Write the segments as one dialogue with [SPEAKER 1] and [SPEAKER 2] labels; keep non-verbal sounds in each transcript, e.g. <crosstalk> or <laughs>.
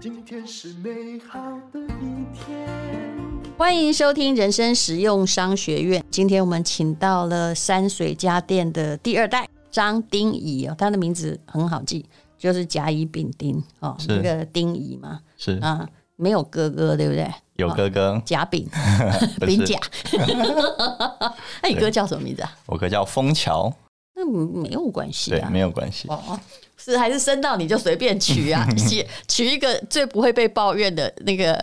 [SPEAKER 1] 今天是美好的一天。
[SPEAKER 2] 欢迎收听人生实用商学院。今天我们请到了山水家电的第二代张丁仪哦，他的名字很好记，就是甲乙丙丁哦，
[SPEAKER 3] 是
[SPEAKER 2] 那个丁仪嘛
[SPEAKER 3] 是
[SPEAKER 2] 啊，没有哥哥对不对？
[SPEAKER 3] 有哥哥，
[SPEAKER 2] 甲 <laughs> 丙
[SPEAKER 3] 不
[SPEAKER 2] 丙
[SPEAKER 3] 是
[SPEAKER 2] 甲， <laughs> 那你哥
[SPEAKER 3] 对
[SPEAKER 2] 叫什么名字啊？
[SPEAKER 3] 我哥叫枫桥，
[SPEAKER 2] 那没有关系
[SPEAKER 3] 对，
[SPEAKER 2] 啊，
[SPEAKER 3] 没有关系。
[SPEAKER 2] 哦，是还是升到你就随便取
[SPEAKER 3] <laughs>
[SPEAKER 2] 啊，取取一个最不会被抱怨的那个，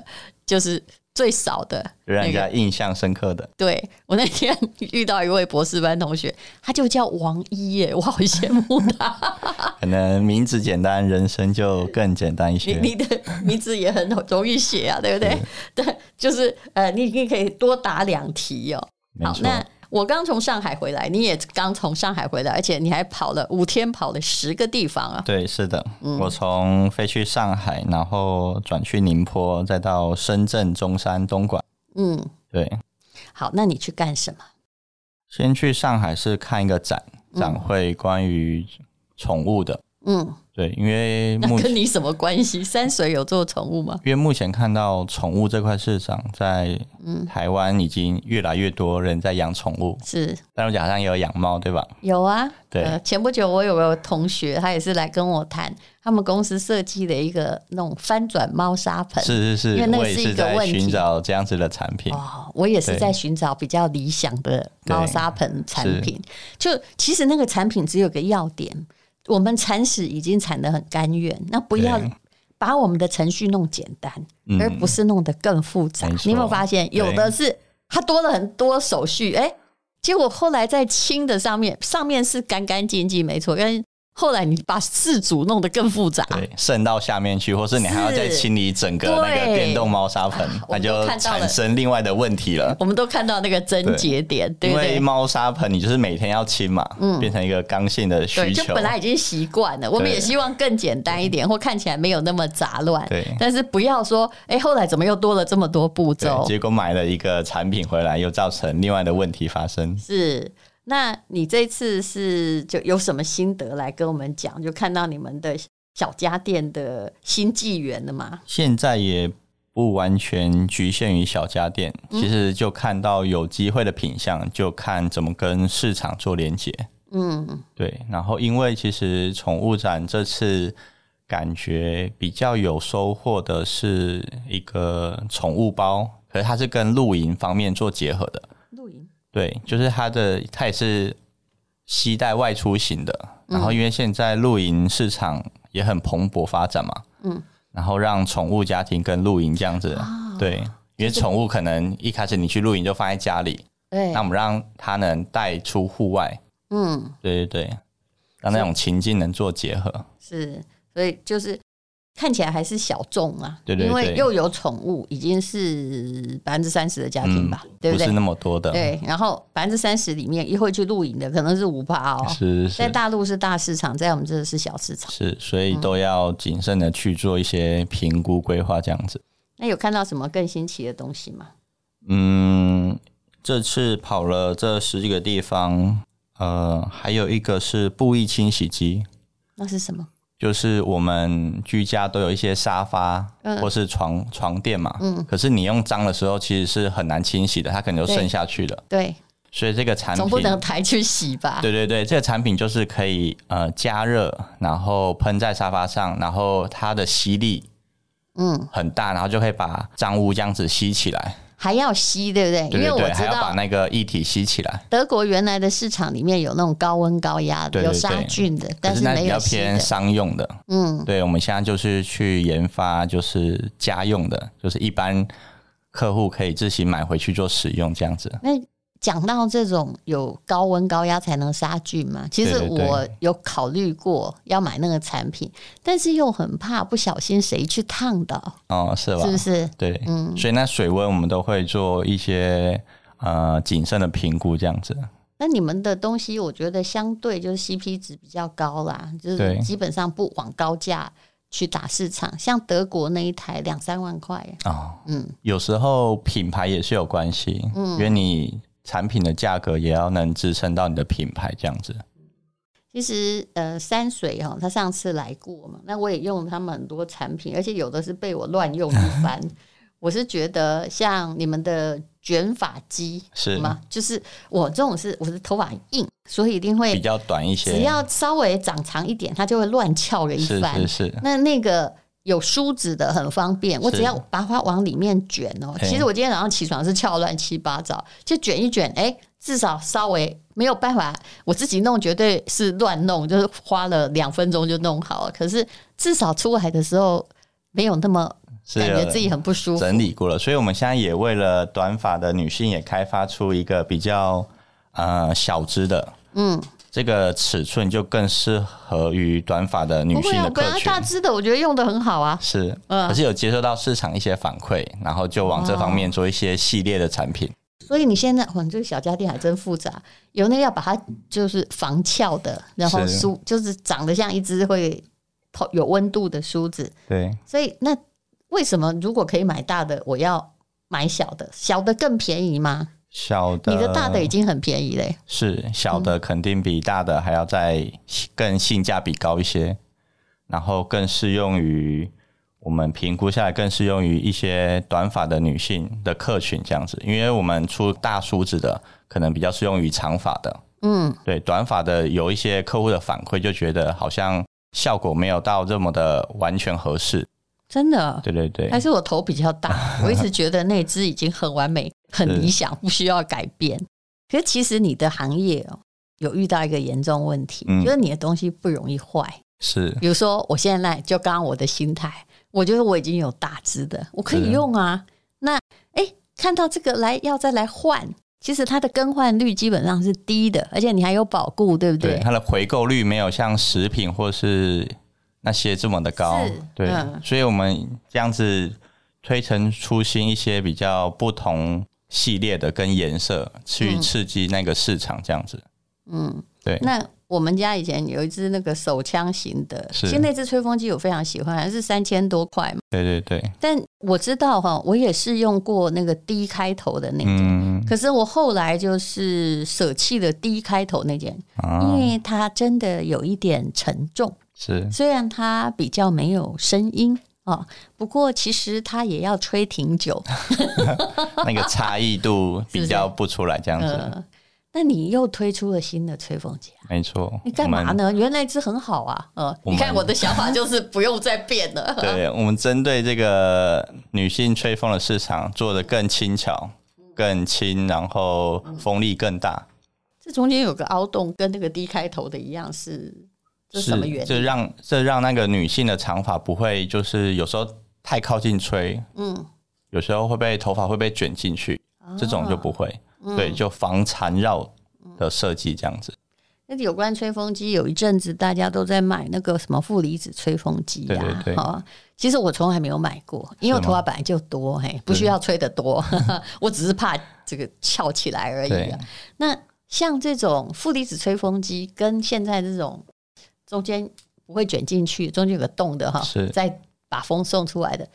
[SPEAKER 2] 就是最少的
[SPEAKER 3] 就让人
[SPEAKER 2] 那
[SPEAKER 3] 家
[SPEAKER 2] 个。
[SPEAKER 3] 印象深刻的，
[SPEAKER 2] 对我那天遇到一位博士班同学，他就叫王一耶，我好羡慕
[SPEAKER 3] <laughs>
[SPEAKER 2] 他。
[SPEAKER 3] 可能名字简单，人生就更简单一
[SPEAKER 2] 你
[SPEAKER 3] 些。
[SPEAKER 2] 你的名字也很容易写啊，对不对？ <laughs> 对，就是呃，你你可以多打两题哦。
[SPEAKER 3] 没
[SPEAKER 2] 好，
[SPEAKER 3] 错，
[SPEAKER 2] 那我刚从上海回来，你也刚从上海回来，而且你还跑了五天，跑了十个地方啊。
[SPEAKER 3] 对，是的，我从飞去上海，然后转去宁波，再到深圳、中山、东莞。
[SPEAKER 2] 嗯，
[SPEAKER 3] 对，
[SPEAKER 2] 好，那你去干什么？
[SPEAKER 3] 先去上海是看一个展展会，关于宠物的。
[SPEAKER 2] 嗯，
[SPEAKER 3] 对，因为
[SPEAKER 2] 那
[SPEAKER 3] 目前
[SPEAKER 2] 跟你什么关系？山水有做宠物吗？
[SPEAKER 3] 因为目前看到宠物这块市场在
[SPEAKER 2] 嗯
[SPEAKER 3] 台湾已经越来越多人在养宠物，
[SPEAKER 2] 是
[SPEAKER 3] 但我好像也有养猫，对吧？
[SPEAKER 2] 有啊，
[SPEAKER 3] 对
[SPEAKER 2] 呃，前不久我有个同学，他也是来跟我谈，他们公司设计的一个那种翻转猫砂盆。
[SPEAKER 3] 是是
[SPEAKER 2] 因为
[SPEAKER 3] 是，
[SPEAKER 2] 那个
[SPEAKER 3] 我
[SPEAKER 2] 是
[SPEAKER 3] 也
[SPEAKER 2] 一个
[SPEAKER 3] 是在
[SPEAKER 2] 问题
[SPEAKER 3] 寻找这样子的产品。
[SPEAKER 2] 哦，我也是
[SPEAKER 3] 对
[SPEAKER 2] 在寻找比较理想的猫砂盆产品。就其实那个产品只有个要点，我们铲屎已经铲得很甘愿，那不要
[SPEAKER 3] 对
[SPEAKER 2] 把我们的程序弄简单，
[SPEAKER 3] 嗯
[SPEAKER 2] 而不是弄得更复杂。
[SPEAKER 3] 没错
[SPEAKER 2] 你有没有发现，
[SPEAKER 3] 对
[SPEAKER 2] 有的是它多了很多手续，哎、结果后来在轻的上面，上面是干干净净，没错，但是后来你把事主弄得更复杂。
[SPEAKER 3] 对，渗到下面去，或是你还要再
[SPEAKER 2] 是
[SPEAKER 3] 清理整个那个
[SPEAKER 2] 对啊
[SPEAKER 3] 电动猫砂盆，
[SPEAKER 2] 我
[SPEAKER 3] 那
[SPEAKER 2] 们都
[SPEAKER 3] 就
[SPEAKER 2] 看到了
[SPEAKER 3] 产生另外的问题了。
[SPEAKER 2] 我们都看到那个症结点，对
[SPEAKER 3] 因
[SPEAKER 2] 不
[SPEAKER 3] 为
[SPEAKER 2] 对？嗯
[SPEAKER 3] 猫砂盆你就是每天要清嘛，变成一个刚性的
[SPEAKER 2] 对，
[SPEAKER 3] 需
[SPEAKER 2] 就
[SPEAKER 3] 求
[SPEAKER 2] 本。来已经习惯了，我们
[SPEAKER 3] 对
[SPEAKER 2] 也希望更简单一点，或看起来没有那么杂乱。 <laughs>
[SPEAKER 3] 对
[SPEAKER 2] 但是不要说，哎、后来怎么又多了这么多步骤
[SPEAKER 3] 对，？结果买了一个产品回来，又造成另外的问题发生。
[SPEAKER 2] 是，那你这次是就有什么心得来跟我们讲？就看到你们的小家电的新纪元了嘛？
[SPEAKER 3] 现在也不完全局限于小家电，
[SPEAKER 2] 嗯
[SPEAKER 3] 其实就看到有机会的品相，就看怎么跟市场做连接。
[SPEAKER 2] 嗯，
[SPEAKER 3] 对，然后因为其实宠物展这次感觉比较有收获的是一个宠物包，可是它是跟露营方面做结合的。
[SPEAKER 2] 露营
[SPEAKER 3] 对，就是它的它也是携带外出型的，
[SPEAKER 2] 嗯
[SPEAKER 3] 然后因为现在露营市场也很蓬勃发展嘛，
[SPEAKER 2] 嗯，
[SPEAKER 3] 然后让宠物家庭跟露营这样子，
[SPEAKER 2] 啊
[SPEAKER 3] 对，因为宠物可能一开始你去露营就放在家里，
[SPEAKER 2] 对
[SPEAKER 3] 那，我们让它能带出户外，
[SPEAKER 2] 嗯，
[SPEAKER 3] 对对对，让那种情境能做结合，
[SPEAKER 2] 是，所以就是。看起来还是小众啊，
[SPEAKER 3] 对对
[SPEAKER 2] 因为
[SPEAKER 3] 对
[SPEAKER 2] 又有宠物，已经是百分之三十的家庭吧，对
[SPEAKER 3] 嗯不
[SPEAKER 2] 对
[SPEAKER 3] 是？那么多的，
[SPEAKER 2] 对，然后百分之三十里面一会去露营的可能是五趴哦，
[SPEAKER 3] 是
[SPEAKER 2] 在
[SPEAKER 3] 是
[SPEAKER 2] 大嗯陆是大市场，在我们这是小市场。
[SPEAKER 3] 是，所以都要谨慎的去做一些评估规划这样子。
[SPEAKER 2] 那有看到什么更新奇的东西吗？
[SPEAKER 3] 嗯，这次跑了这十几个地方，呃，还有一个是布艺清洗机，
[SPEAKER 2] 那是什么？
[SPEAKER 3] 就是我们居家都有一些沙发
[SPEAKER 2] 嗯
[SPEAKER 3] 或是床、床垫嘛，可是你用脏的时候其实是很难清洗的，它可能就
[SPEAKER 2] 对
[SPEAKER 3] 渗下去了。
[SPEAKER 2] 对，
[SPEAKER 3] 所以这个产
[SPEAKER 2] 总不
[SPEAKER 3] 品，
[SPEAKER 2] 能抬去洗吧？
[SPEAKER 3] 对对对，这个产品就是可以呃加热，然后喷在沙发上，然后它的吸力
[SPEAKER 2] 嗯，
[SPEAKER 3] 很大，然后就可以把脏污这样子吸起来。
[SPEAKER 2] 还要吸，对不对？
[SPEAKER 3] 对
[SPEAKER 2] 因为
[SPEAKER 3] 对
[SPEAKER 2] 我
[SPEAKER 3] 对，
[SPEAKER 2] 知
[SPEAKER 3] 还要把
[SPEAKER 2] 道
[SPEAKER 3] 那个液体吸起来。
[SPEAKER 2] 德国原来的市场里面有那种高温高压的，
[SPEAKER 3] 对对
[SPEAKER 2] 有杀菌的，
[SPEAKER 3] 可
[SPEAKER 2] 但
[SPEAKER 3] 是
[SPEAKER 2] 是
[SPEAKER 3] 那
[SPEAKER 2] 没
[SPEAKER 3] 比较
[SPEAKER 2] 有吸
[SPEAKER 3] 偏
[SPEAKER 2] 的。
[SPEAKER 3] 商用的。
[SPEAKER 2] 嗯，
[SPEAKER 3] 对，我们现在就是去研发，就是家用的，就是一般客户可以自行买回去做使用这样子。
[SPEAKER 2] 那讲到这种有高温高压才能杀菌嘛，其实
[SPEAKER 3] 对对对
[SPEAKER 2] 我有考虑过要买那个产品，但是又很怕不小心谁去烫到，
[SPEAKER 3] 哦，是吧？
[SPEAKER 2] 是不嗯是？
[SPEAKER 3] 对，所以那水温我们都会做一些呃谨慎的评估这样子。
[SPEAKER 2] 那你们的东西，我觉得相对就是 CP 值比较高啦，就是
[SPEAKER 3] 对
[SPEAKER 2] 基本上不往高价去打市场。像德国那一台两三万块，
[SPEAKER 3] 哦，
[SPEAKER 2] 嗯，
[SPEAKER 3] 有时候品牌也是有关系，因为你产品的价格也要能支撑到你的品牌这样子。
[SPEAKER 2] 其实呃，山水哈、他上次来过嘛，那我也用他们很多产品，而且有的是被我乱用
[SPEAKER 3] <laughs>
[SPEAKER 2] 一番。我是觉得像你们的卷发机
[SPEAKER 3] 是
[SPEAKER 2] 吗？就是我这种是我的头发很硬，所以一定会
[SPEAKER 3] 比较短一些，
[SPEAKER 2] 只要稍微长长一点，它就会乱翘了一
[SPEAKER 3] 是
[SPEAKER 2] 番。
[SPEAKER 3] 是是， <laughs>
[SPEAKER 2] 那那个有梳子的很方便，我
[SPEAKER 3] 是
[SPEAKER 2] 只要把它往里面卷哦。
[SPEAKER 3] 嘿
[SPEAKER 2] 其实我今天早上起床是翘乱七八糟，就卷一卷，哎、至少稍微没有办法，我自己弄绝对是乱弄，就是花了两分钟就弄好了。可是至少出来的时候没有那么
[SPEAKER 3] 是啊
[SPEAKER 2] 感觉
[SPEAKER 3] 有
[SPEAKER 2] 自己很不舒服。
[SPEAKER 3] 整理过了，所以我们现在也为了短发的女性也开发出一个比较呃小只的，
[SPEAKER 2] 嗯，
[SPEAKER 3] 这个尺寸就更适合于短发的女
[SPEAKER 2] 不会
[SPEAKER 3] 性
[SPEAKER 2] 啊
[SPEAKER 3] 的，
[SPEAKER 2] 本
[SPEAKER 3] 客
[SPEAKER 2] 来
[SPEAKER 3] 群。
[SPEAKER 2] 大致的我觉得用的很好啊。
[SPEAKER 3] 是，
[SPEAKER 2] 嗯
[SPEAKER 3] 可是有接受到市场一些反馈，然后就往这方
[SPEAKER 2] 哦
[SPEAKER 3] 面做一些系列的产品。
[SPEAKER 2] 所以你现在，哇，你这个小家电还真复杂，有那个要把它就是防翘的，然后
[SPEAKER 3] 是
[SPEAKER 2] 梳就是长得像一只会透有温度的梳子。
[SPEAKER 3] 对，
[SPEAKER 2] 所以那为什么如果可以买大的，我要买小的？小的更便宜吗？
[SPEAKER 3] 小的
[SPEAKER 2] 你的大
[SPEAKER 3] 呃
[SPEAKER 2] 的已经很便宜嘞、
[SPEAKER 3] 是小
[SPEAKER 2] 嗯
[SPEAKER 3] 的肯定比大的还要再更性价比高一些，然后更适用于我们评估下来更适用于一些短发的女性的客群这样子，因为我们出大梳子的可能比较适用于长发的，
[SPEAKER 2] 嗯，
[SPEAKER 3] 对短发的有一些客户的反馈就觉得好像效果没有到这么的完全合适，
[SPEAKER 2] 真的。
[SPEAKER 3] 对对对
[SPEAKER 2] 还，是我头比较大，我一直觉得那只已经很完美、很理想，不需要改变。可是其实你的行业哦，有遇到一个严重问题，
[SPEAKER 3] 嗯
[SPEAKER 2] 就是你的东西不容易坏。
[SPEAKER 3] <laughs> 是
[SPEAKER 2] 比如说，我现在就刚刚我的心态，我觉得我已经有大只的，我可以用啊。那哎，诶看到这个来要再来换，其实它的更换率基本上是低的，而且你还有保固，对不
[SPEAKER 3] 对它的回购率没有像食品或是那些这么的高
[SPEAKER 2] 是，
[SPEAKER 3] 对，
[SPEAKER 2] 嗯
[SPEAKER 3] 所以我们这样子推陈出新一些比较不同系列的跟颜色，去
[SPEAKER 2] 嗯
[SPEAKER 3] 刺激那个市场，这样子，
[SPEAKER 2] 嗯，
[SPEAKER 3] 对，
[SPEAKER 2] 那我们家以前有一只那个手枪型的，
[SPEAKER 3] 是
[SPEAKER 2] 其实那只吹风机我非常喜欢，是三千多块嘛。
[SPEAKER 3] 对对对，
[SPEAKER 2] 但我知道哈，我也是用过那个 D 开头的那件，
[SPEAKER 3] 嗯，
[SPEAKER 2] 可是我后来就是舍弃了 D 开头那件，因
[SPEAKER 3] 啊，
[SPEAKER 2] 为它真的有一点沉重。 <laughs>
[SPEAKER 3] 是
[SPEAKER 2] 虽然它比较没有声音哦，不过其实它也要吹挺 <laughs> 久。
[SPEAKER 3] 那个差异度比较不出来，这样子，
[SPEAKER 2] 呃，那你又推出了新的吹风机啊？
[SPEAKER 3] 没错，
[SPEAKER 2] 你干
[SPEAKER 3] 我
[SPEAKER 2] 嘛
[SPEAKER 3] 们？
[SPEAKER 2] 呢？原来一只很好啊，呃，你
[SPEAKER 3] 我们
[SPEAKER 2] 看我的想法就是不用再变了。
[SPEAKER 3] 对我们针对这个女性吹风的市场做的更轻巧、更轻，然后风力更大。
[SPEAKER 2] 这中间有个凹洞，跟那个 D 开头的一样是，这是什么原
[SPEAKER 3] 这
[SPEAKER 2] 理？
[SPEAKER 3] 让这让那个女性的长发不会，就是有时候太靠近吹，
[SPEAKER 2] 嗯，啊
[SPEAKER 3] 有时候会被头发会被卷进去，这种就不会。
[SPEAKER 2] 嗯
[SPEAKER 3] 对，就防缠绕的设计这样子。
[SPEAKER 2] 那有关吹风机，有一阵子大家都在买那个什么负离子吹风机呀、
[SPEAKER 3] 对对对
[SPEAKER 2] 哦其实我从来没有买过，因为我
[SPEAKER 3] 是吗
[SPEAKER 2] 头发本来就多，嘿，不需要吹得多， <laughs> 我只是怕这个翘起来而已、
[SPEAKER 3] 对
[SPEAKER 2] 啊。，那像这种负离子吹风机，跟现在这种中间不会卷进去，中间有个洞的哈、
[SPEAKER 3] 是
[SPEAKER 2] 再把风送出来的，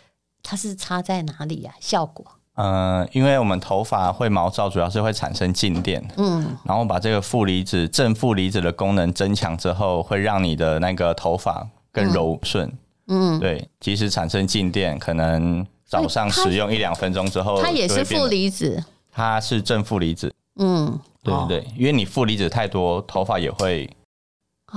[SPEAKER 2] 它是差在哪里呀、效果？
[SPEAKER 3] 呃，因为我们头发会毛躁，主要是会产生静电，
[SPEAKER 2] 嗯，
[SPEAKER 3] 然后把这个负离子、正负离子的功能增强之后，会让你的那个头发更柔顺。
[SPEAKER 2] 嗯
[SPEAKER 3] 对，即使产生静电，可能
[SPEAKER 2] 所以
[SPEAKER 3] 早上
[SPEAKER 2] 它
[SPEAKER 3] 使用一两分钟之后，
[SPEAKER 2] 它也是负，离子，
[SPEAKER 3] 它是正负离子。
[SPEAKER 2] 嗯，
[SPEAKER 3] 对
[SPEAKER 2] 哦
[SPEAKER 3] 对对，因为你负离子太多，头发也会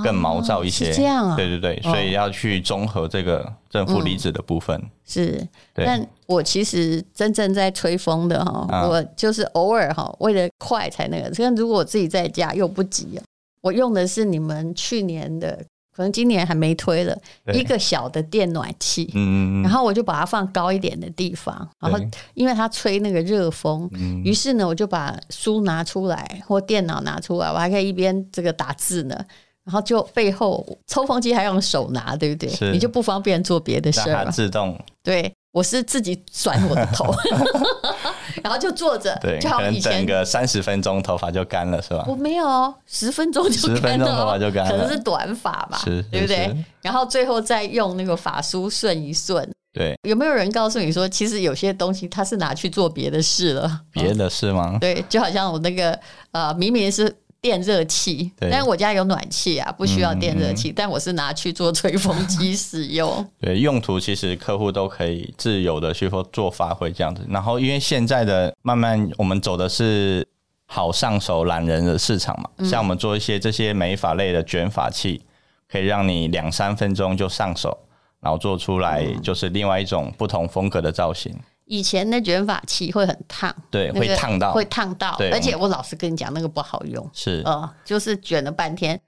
[SPEAKER 3] 更毛躁一些。
[SPEAKER 2] 哦是这嗯样啊，
[SPEAKER 3] 对对对，所以要去综合这个正负离子的部分。
[SPEAKER 2] 是，
[SPEAKER 3] 对
[SPEAKER 2] 但我其实真正在吹风的哈，
[SPEAKER 3] 啊
[SPEAKER 2] 我就是偶尔哈，为了快才那个。但如果我自己在家又不急哦，我用的是你们去年的，可能今年还没推了
[SPEAKER 3] 对
[SPEAKER 2] 一个小的电暖器，
[SPEAKER 3] 嗯嗯嗯，
[SPEAKER 2] 然后我就把它放高一点的地方，然后
[SPEAKER 3] 对
[SPEAKER 2] 因为它吹那个热风。
[SPEAKER 3] 嗯
[SPEAKER 2] 于是呢，我就把书拿出来或电脑拿出来，我还可以一边这个打字呢，然后就背后抽风机还用手拿，对不对？
[SPEAKER 3] 是
[SPEAKER 2] 你就不方便做别的
[SPEAKER 3] 让
[SPEAKER 2] 事儿
[SPEAKER 3] 它
[SPEAKER 2] 嘛。
[SPEAKER 3] 自动
[SPEAKER 2] 对，我是自己转我的
[SPEAKER 3] <laughs>
[SPEAKER 2] 头，然后就坐着，
[SPEAKER 3] 对，
[SPEAKER 2] 就
[SPEAKER 3] 可
[SPEAKER 2] 好像
[SPEAKER 3] 能
[SPEAKER 2] 以前
[SPEAKER 3] 整个三十分钟头发就干了，是吧
[SPEAKER 2] 我？没有哦，十分钟就
[SPEAKER 3] 10
[SPEAKER 2] 干
[SPEAKER 3] 分钟头
[SPEAKER 2] 了哦，
[SPEAKER 3] 发就干了
[SPEAKER 2] 可能是短发吧，
[SPEAKER 3] 是是
[SPEAKER 2] 对不对
[SPEAKER 3] 是？
[SPEAKER 2] 然后最后再用那个发梳顺一顺。
[SPEAKER 3] 对，
[SPEAKER 2] 有没有人告诉你说，其实有些东西它是拿去做别的事了？
[SPEAKER 3] 别的是吗？
[SPEAKER 2] 对，就好像我那个呃，明明是电热器，
[SPEAKER 3] 对嗯
[SPEAKER 2] 但我家有暖气啊，不需要电热器，但我是拿去做吹风机使用。
[SPEAKER 3] <laughs> 对，用途其实客户都可以自由的去做发挥这样子。然后因为现在的慢慢我们走的是好上手懒人的市场嘛，
[SPEAKER 2] 嗯
[SPEAKER 3] 像我们做一些这些美发类的卷发器，可以让你两三分钟就上手，然后做出来
[SPEAKER 2] 嗯
[SPEAKER 3] 就是另外一种不同风格的造型。
[SPEAKER 2] 以前那卷发器会很烫，
[SPEAKER 3] 对
[SPEAKER 2] 那个
[SPEAKER 3] 会烫到
[SPEAKER 2] 会烫到
[SPEAKER 3] 对，
[SPEAKER 2] 而且我老实跟你讲，那个不好用，
[SPEAKER 3] 是，
[SPEAKER 2] 呃，就是卷了半天，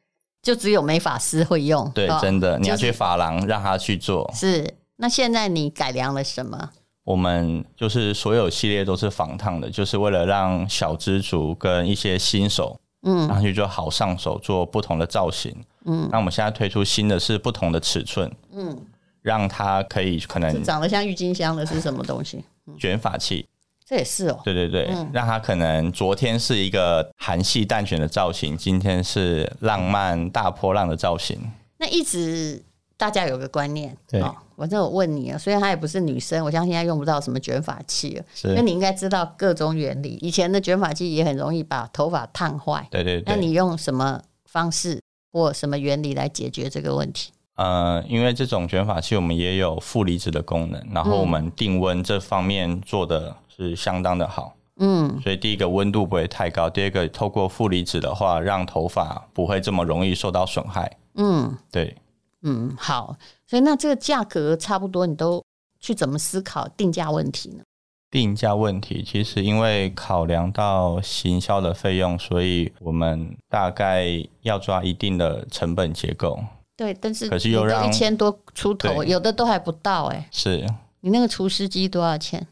[SPEAKER 2] 就只有美发师会用，
[SPEAKER 3] 对，
[SPEAKER 2] 呃
[SPEAKER 3] 真的，你要
[SPEAKER 2] 就是
[SPEAKER 3] 去发廊让他去做。
[SPEAKER 2] 是。那现在你改良了什么？
[SPEAKER 3] 我们就是所有系列都是防烫的，就是为了让小资族跟一些新手，
[SPEAKER 2] 嗯，
[SPEAKER 3] 然后就好上手做不同的造型，嗯。那我们现在推出新的是不同的尺寸，嗯，让它可以可
[SPEAKER 2] 是
[SPEAKER 3] 能
[SPEAKER 2] 长得像郁金香的是什么东西？
[SPEAKER 3] 卷发器，
[SPEAKER 2] 这也是哦，
[SPEAKER 3] 对对对，让它可能昨天是一个韩系蛋卷的造型，今天是浪漫大波浪的造型，
[SPEAKER 2] 那一直大家有个观念，
[SPEAKER 3] 对
[SPEAKER 2] 哦，我这我问你啊，虽然她也不是女生，我相信她用不到什么卷发器了，
[SPEAKER 3] 是
[SPEAKER 2] 那你应该知道各种原理。以前的卷发器也很容易把头发烫坏，
[SPEAKER 3] 对对对。
[SPEAKER 2] 那你用什么方式或什么原理来解决这个问题？
[SPEAKER 3] 呃，因为这种卷发器我们也有负离子的功能，然
[SPEAKER 2] 嗯
[SPEAKER 3] 后我们定温这方面做的是相当的好，
[SPEAKER 2] 嗯，
[SPEAKER 3] 所以第一个温度不会太高，第二个透过负离子的话，让头发不会这么容易受到损害。
[SPEAKER 2] 嗯
[SPEAKER 3] 对，
[SPEAKER 2] 嗯，好，所以那这个价格差不多，你都去怎么思考定价问题呢？
[SPEAKER 3] 定价问题其实因为考量到行销的费用，所以我们大概要抓一定的成本结构。
[SPEAKER 2] 对，但是
[SPEAKER 3] 可是又让
[SPEAKER 2] 一千多出头，
[SPEAKER 3] 对
[SPEAKER 2] 有的都还不到哎、
[SPEAKER 3] 是
[SPEAKER 2] 你那个除湿机多少钱？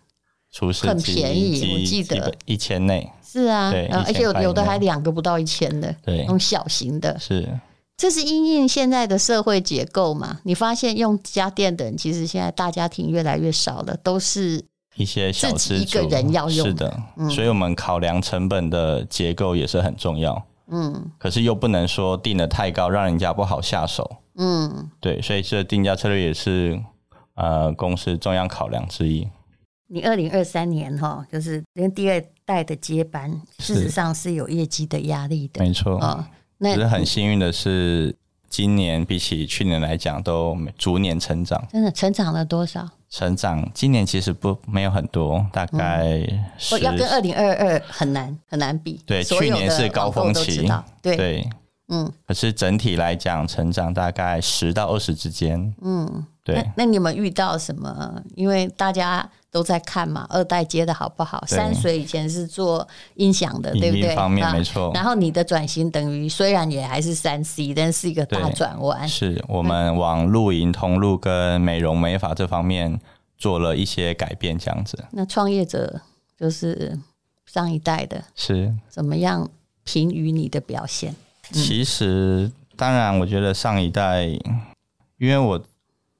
[SPEAKER 3] 厨师
[SPEAKER 2] 很便宜我记得
[SPEAKER 3] 一千内，
[SPEAKER 2] 是啊，
[SPEAKER 3] 对
[SPEAKER 2] 呃而且有
[SPEAKER 3] 1500
[SPEAKER 2] 有的还两个不到一千的，
[SPEAKER 3] 对
[SPEAKER 2] 那种小型的，
[SPEAKER 3] 是
[SPEAKER 2] 这是因应现在的社会结构嘛？你发现用家电的人，其实现在大家庭越来越少了，都是
[SPEAKER 3] 一些小
[SPEAKER 2] 自
[SPEAKER 3] 资
[SPEAKER 2] 己
[SPEAKER 3] 族
[SPEAKER 2] 一个人要用嗯
[SPEAKER 3] 是
[SPEAKER 2] 的
[SPEAKER 3] 的，所以我们考量成本的结构也是很重要。
[SPEAKER 2] 嗯
[SPEAKER 3] 可是又不能说定的太高，让人家不好下手。
[SPEAKER 2] 嗯。
[SPEAKER 3] 对，所以这定价策略也是呃公司中央考量之一。
[SPEAKER 2] 你二零二三年哈，就是连第二代的接班，
[SPEAKER 3] 是
[SPEAKER 2] 事实上是有业绩的压力的
[SPEAKER 3] 没错，
[SPEAKER 2] 啊、
[SPEAKER 3] 只是
[SPEAKER 2] 那
[SPEAKER 3] 很幸运的是，今年比起去年来讲都逐年成长，
[SPEAKER 2] 真的成长了多少？
[SPEAKER 3] 成长。今年其实不没有很多，大概十、
[SPEAKER 2] 我嗯哦要跟二零二二很难很难比。
[SPEAKER 3] 对
[SPEAKER 2] 所有的
[SPEAKER 3] 去年是高
[SPEAKER 2] 网
[SPEAKER 3] 峰期
[SPEAKER 2] 购都知道对，
[SPEAKER 3] 对。
[SPEAKER 2] 嗯
[SPEAKER 3] 可是整体来讲，成长大概十到二十之间。
[SPEAKER 2] 嗯。
[SPEAKER 3] 对
[SPEAKER 2] 那，那你有没有遇到什么？因为大家都在看嘛，二代接的好不好？
[SPEAKER 3] 对
[SPEAKER 2] 山水以前是做音响的，
[SPEAKER 3] 营
[SPEAKER 2] 对不
[SPEAKER 3] 运
[SPEAKER 2] 对？
[SPEAKER 3] 方面
[SPEAKER 2] 啊
[SPEAKER 3] 没错
[SPEAKER 2] 然后你的转型等于虽然也还是三 C，但是一个大
[SPEAKER 3] 对
[SPEAKER 2] 转弯。
[SPEAKER 3] 是我们往露营、通路跟美容美发这方面做了一些改变，这样子
[SPEAKER 2] 那创业者就是上一代的，
[SPEAKER 3] 是。
[SPEAKER 2] 怎么样评于你的表现？
[SPEAKER 3] 其实，当然，我觉得上一代，因为我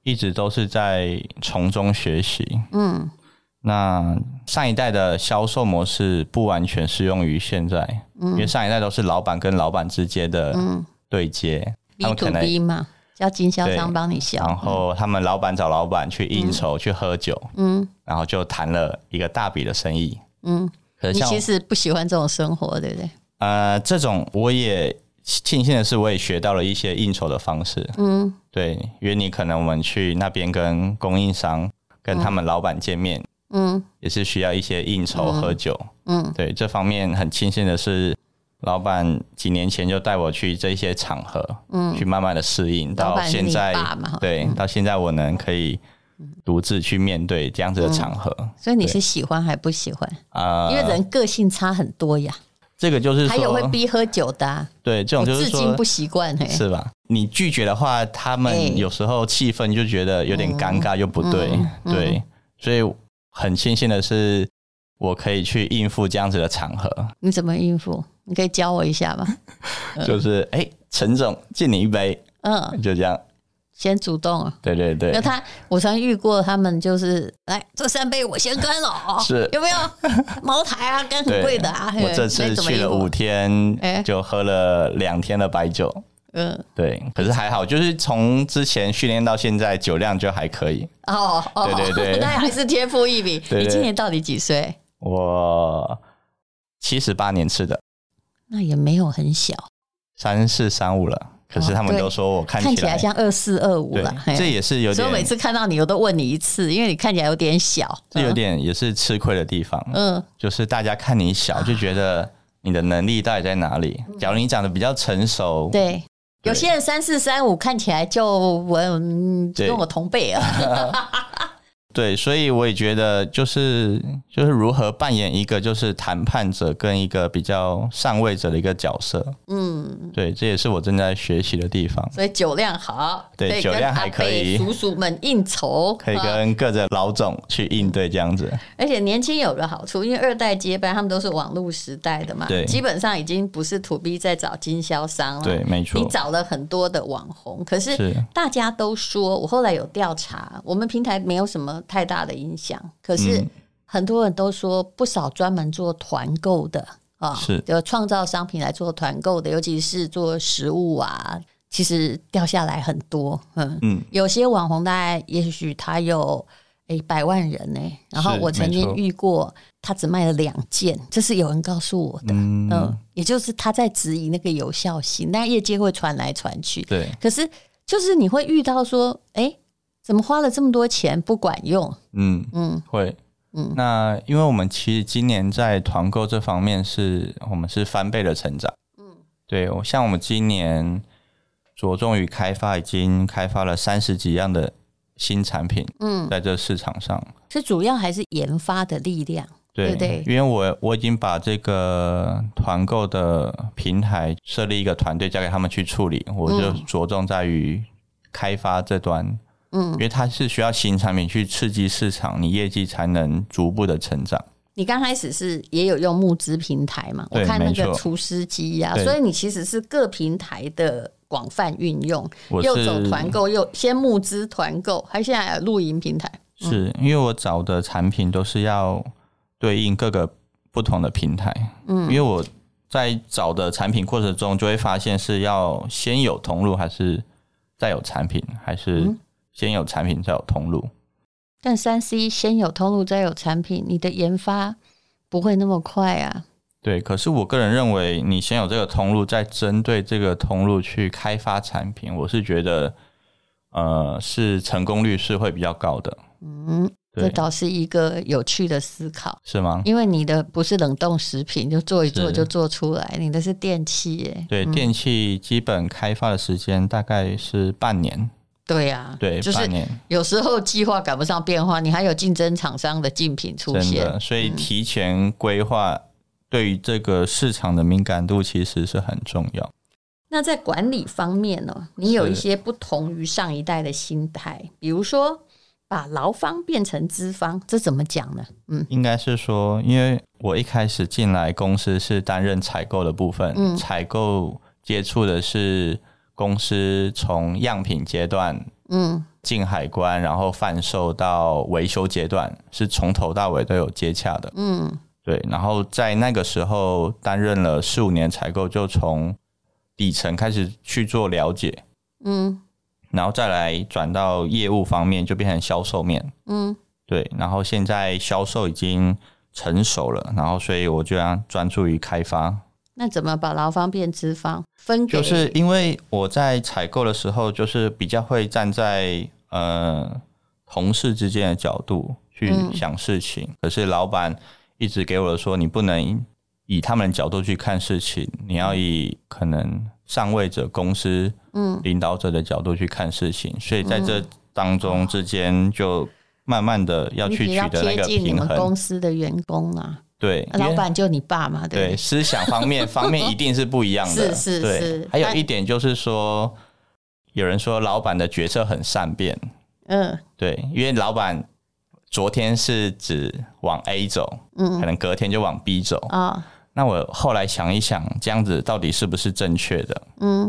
[SPEAKER 3] 一直都是在从中学习。
[SPEAKER 2] 嗯
[SPEAKER 3] 那上一代的销售模式不完全适用于现在，因为上一代都是老板跟老板之间的
[SPEAKER 2] 嗯
[SPEAKER 3] 对接，他
[SPEAKER 2] ，B
[SPEAKER 3] 们
[SPEAKER 2] to
[SPEAKER 3] 可能
[SPEAKER 2] B 嘛，叫经销
[SPEAKER 3] 对
[SPEAKER 2] 商帮你销。
[SPEAKER 3] 然后他们老板找老板去应酬、去喝酒，
[SPEAKER 2] 嗯
[SPEAKER 3] 然后就谈了一个大笔的生意。
[SPEAKER 2] 嗯，
[SPEAKER 3] 可是
[SPEAKER 2] 你
[SPEAKER 3] 像
[SPEAKER 2] 其实不喜欢这种生活，对不对？
[SPEAKER 3] 呃，这种我也庆幸的是，我也学到了一些应酬的方式。
[SPEAKER 2] 嗯
[SPEAKER 3] 对，因为你可能我们去那边跟供应商、跟他们老板见面，
[SPEAKER 2] 嗯
[SPEAKER 3] 也是需要一些应酬、喝酒。
[SPEAKER 2] 嗯
[SPEAKER 3] 对，这方面很庆幸的是，老板几年前就带我去这些场合，
[SPEAKER 2] 嗯
[SPEAKER 3] 去慢慢的适应，
[SPEAKER 2] 老
[SPEAKER 3] 到
[SPEAKER 2] 板是
[SPEAKER 3] 现
[SPEAKER 2] 你
[SPEAKER 3] 在
[SPEAKER 2] 爸嗯嘛，
[SPEAKER 3] 对，到现在我能可以独自去面对这样子的场合。
[SPEAKER 2] 所以你是喜欢还不喜欢？
[SPEAKER 3] 啊，
[SPEAKER 2] 嗯因为人个性差很多呀，
[SPEAKER 3] 这个就是
[SPEAKER 2] 还有会
[SPEAKER 3] 说，
[SPEAKER 2] 逼喝酒的啊，
[SPEAKER 3] 对，这种
[SPEAKER 2] 我
[SPEAKER 3] 就是
[SPEAKER 2] 至今
[SPEAKER 3] 说
[SPEAKER 2] 不，习惯嘿。
[SPEAKER 3] 是吧？你拒绝的话，他
[SPEAKER 2] 哎
[SPEAKER 3] 们有时候气氛就觉得有点
[SPEAKER 2] 嗯
[SPEAKER 3] 尴尬，又不对，对，所以很庆幸的是，我可以去应付这样子的场合，
[SPEAKER 2] 你怎么应付？你可以教我一下吗？
[SPEAKER 3] 就是哎，陈总敬你一杯，
[SPEAKER 2] 嗯，
[SPEAKER 3] 就这样，
[SPEAKER 2] 先主动啊。
[SPEAKER 3] 对对
[SPEAKER 2] 那
[SPEAKER 3] 对，
[SPEAKER 2] 他，我曾遇过他们，就是来这三杯我先干了哦，
[SPEAKER 3] 是
[SPEAKER 2] 有没有茅台啊，干很
[SPEAKER 3] 对
[SPEAKER 2] 贵的啊。
[SPEAKER 3] 我这
[SPEAKER 2] 那
[SPEAKER 3] 次
[SPEAKER 2] 你怎么
[SPEAKER 3] 去了
[SPEAKER 2] 应付
[SPEAKER 3] 五，天
[SPEAKER 2] 哎，
[SPEAKER 3] 就喝了两天的白酒。
[SPEAKER 2] 嗯，
[SPEAKER 3] 对，可是还好，就是从之前训练到现在，酒量就还可以。
[SPEAKER 2] 哦哦，
[SPEAKER 3] 对对
[SPEAKER 2] <laughs>
[SPEAKER 3] 对
[SPEAKER 2] 那还是天赋异禀。
[SPEAKER 3] 对对
[SPEAKER 2] 你今年到底几岁？
[SPEAKER 3] 我七十八年吃的，
[SPEAKER 2] 那也没有很小，
[SPEAKER 3] 三四三五了，可是
[SPEAKER 2] 哦
[SPEAKER 3] 他们
[SPEAKER 2] 对
[SPEAKER 3] 都说我看
[SPEAKER 2] 看
[SPEAKER 3] 起
[SPEAKER 2] 起来像二四二五
[SPEAKER 3] 对
[SPEAKER 2] 了。嘿，
[SPEAKER 3] 这也是有
[SPEAKER 2] 所以我
[SPEAKER 3] 点，
[SPEAKER 2] 每次嗯看到你，我都问你一次，因为你看起来有点小，
[SPEAKER 3] 这有点也是吃亏的地方，
[SPEAKER 2] 嗯，啊
[SPEAKER 3] 就是大家看你小就觉得你的能力到底在哪里？假如你长得比较成熟，
[SPEAKER 2] 嗯对。
[SPEAKER 3] 对
[SPEAKER 2] 有些人三四三五看起来就我嗯
[SPEAKER 3] 对
[SPEAKER 2] 跟我同辈
[SPEAKER 3] <laughs>
[SPEAKER 2] 啊，
[SPEAKER 3] 对，所以我也觉得就是就是如何扮演一个就是谈判者跟一个比较上位者的一个角色，
[SPEAKER 2] 嗯，
[SPEAKER 3] 对，这也是我正在学习的地方，
[SPEAKER 2] 所以酒量好，
[SPEAKER 3] 对
[SPEAKER 2] 可以
[SPEAKER 3] 酒
[SPEAKER 2] 跟
[SPEAKER 3] 量还
[SPEAKER 2] 阿伯
[SPEAKER 3] 可以
[SPEAKER 2] 叔叔们应酬，
[SPEAKER 3] 可以
[SPEAKER 2] 啊
[SPEAKER 3] 跟各个老总去应对这样子。
[SPEAKER 2] 而且年轻有个好处，因为二代接班，他们都是网络时代的嘛，
[SPEAKER 3] 对
[SPEAKER 2] 基本上已经不是 to B 在找经销商了，
[SPEAKER 3] 对，没
[SPEAKER 2] 哦你
[SPEAKER 3] 错，
[SPEAKER 2] 找了很多的网红，可是
[SPEAKER 3] 是
[SPEAKER 2] 大家都说，我后来有调查，我们平台没有什么太大的影响，可是
[SPEAKER 3] 嗯
[SPEAKER 2] 很多人都说，不少专门做团购的啊，
[SPEAKER 3] 是
[SPEAKER 2] 就创造商品来做团购的，尤其是做食物啊，其实掉下来很多，嗯，
[SPEAKER 3] 嗯，
[SPEAKER 2] 有些网红大概也许他有诶百万人呢、然后
[SPEAKER 3] 是
[SPEAKER 2] 我曾
[SPEAKER 3] 没
[SPEAKER 2] 经
[SPEAKER 3] 错
[SPEAKER 2] 遇过他只卖了两件，这是有人告诉我的，嗯
[SPEAKER 3] 嗯
[SPEAKER 2] 也就是他在质疑那个有效性，那业界会传来传去，
[SPEAKER 3] 对，
[SPEAKER 2] 可是就是你会遇到说，诶，怎么花了这么多钱不管用？
[SPEAKER 3] 嗯。
[SPEAKER 2] 嗯
[SPEAKER 3] 会，
[SPEAKER 2] 嗯
[SPEAKER 3] 嗯，那因为我们其实今年在团购这方面是我们是翻倍的成长，嗯，对，我像我们今年着重于开发，已经开发了三十几样的新产品
[SPEAKER 2] 嗯，
[SPEAKER 3] 在这市场上，
[SPEAKER 2] 这主要还是研发的力量，对
[SPEAKER 3] 对
[SPEAKER 2] 对
[SPEAKER 3] 因为我我已经把这个团购的平台设立一个团队交给他们去处理，
[SPEAKER 2] 嗯
[SPEAKER 3] 我就着重在于开发这端。
[SPEAKER 2] 嗯
[SPEAKER 3] 因为它是需要新产品去刺激市场，你业绩才能逐步的成长。
[SPEAKER 2] 你刚开始是也有用募资平台嘛？我
[SPEAKER 3] 对
[SPEAKER 2] 看那
[SPEAKER 3] 没
[SPEAKER 2] 个
[SPEAKER 3] 错
[SPEAKER 2] 厨师机呀、
[SPEAKER 3] 对
[SPEAKER 2] 所以你其实是各平台的广泛运用，
[SPEAKER 3] 我
[SPEAKER 2] 又
[SPEAKER 3] 是
[SPEAKER 2] 走团购，又先募资团购，还现在还有露营平台。
[SPEAKER 3] 是因为我找的产品都是要对应各个不同的平台，嗯，因为我在找的产品过程中，就会发现是要先有通路，还是再有产品，还是
[SPEAKER 2] 嗯
[SPEAKER 3] 先有产品再有通路？
[SPEAKER 2] 但三 C 先有通路，再有产品，你的研发不会那么快啊。
[SPEAKER 3] 对，可是我个人认为，你先有这个通路，再针对这个通路去开发产品，我是觉得，呃，是成功率是会比较高的，
[SPEAKER 2] 嗯，这
[SPEAKER 3] 对，
[SPEAKER 2] 倒是一个有趣的思考，
[SPEAKER 3] 是吗？
[SPEAKER 2] 因为你的不是冷冻食品，就做一做
[SPEAKER 3] 是
[SPEAKER 2] 就做出来，你的是电器耶。
[SPEAKER 3] 对，电器基本开发的时间大概是半年，
[SPEAKER 2] 对啊，
[SPEAKER 3] 对，
[SPEAKER 2] 就是
[SPEAKER 3] 半年。
[SPEAKER 2] 有时候计划赶不上变化，你还有竞争厂商的竞品出
[SPEAKER 3] 真
[SPEAKER 2] 现
[SPEAKER 3] 的，。所以提前规划对于这个市场的敏感度其实是很重要。
[SPEAKER 2] 那在管理方面呢、你有一
[SPEAKER 3] 是
[SPEAKER 2] 些不同于上一代的心态，比如说把劳方变成资方，这怎么讲呢？嗯
[SPEAKER 3] 应该是说，因为我一开始进来公司是担任采购的部分，
[SPEAKER 2] 嗯
[SPEAKER 3] 采购接触的是公司从样品阶段
[SPEAKER 2] 嗯
[SPEAKER 3] 进海关，然后贩售到维修阶段，是从头到尾都有接洽的。
[SPEAKER 2] 嗯
[SPEAKER 3] 对，然后在那个时候担任了四五年采购，就从底层开始去做了解，
[SPEAKER 2] 嗯
[SPEAKER 3] 然后再来转到业务方面，就变成销售面。
[SPEAKER 2] 嗯
[SPEAKER 3] 对，然后现在销售已经成熟了，然后所以我就要专注于开发。
[SPEAKER 2] 那怎么把劳方变资方？分给
[SPEAKER 3] 就是因为我在采购的时候，就是比较会站在呃同事之间的角度去
[SPEAKER 2] 嗯
[SPEAKER 3] 想事情，可是老板一直给我说，你不能以他们的角度去看事情，你要以可能上位者公司
[SPEAKER 2] 嗯
[SPEAKER 3] 领导者的角度去看事情，所以在这当中之间就慢慢的要
[SPEAKER 2] 你
[SPEAKER 3] 去
[SPEAKER 2] 比
[SPEAKER 3] 取
[SPEAKER 2] 较
[SPEAKER 3] 得那
[SPEAKER 2] 贴
[SPEAKER 3] 个
[SPEAKER 2] 近你
[SPEAKER 3] 平
[SPEAKER 2] 们公
[SPEAKER 3] 衡，
[SPEAKER 2] 司的员工啊啦，
[SPEAKER 3] 对，因为
[SPEAKER 2] 老板就你爸嘛，对不
[SPEAKER 3] 对
[SPEAKER 2] 对？
[SPEAKER 3] 思想方
[SPEAKER 2] <laughs>
[SPEAKER 3] 面方面一定是不一样的，
[SPEAKER 2] 是是
[SPEAKER 3] 对
[SPEAKER 2] 是
[SPEAKER 3] 还有
[SPEAKER 2] 但
[SPEAKER 3] 一点就是说，有人说老板的决策很善变，
[SPEAKER 2] 嗯
[SPEAKER 3] 对，因为老板昨天是指往 A 走，可
[SPEAKER 2] 嗯
[SPEAKER 3] 能隔天就往 B 走。
[SPEAKER 2] 啊
[SPEAKER 3] 那我后来想一想，这样子到底是不是正确的？
[SPEAKER 2] 嗯，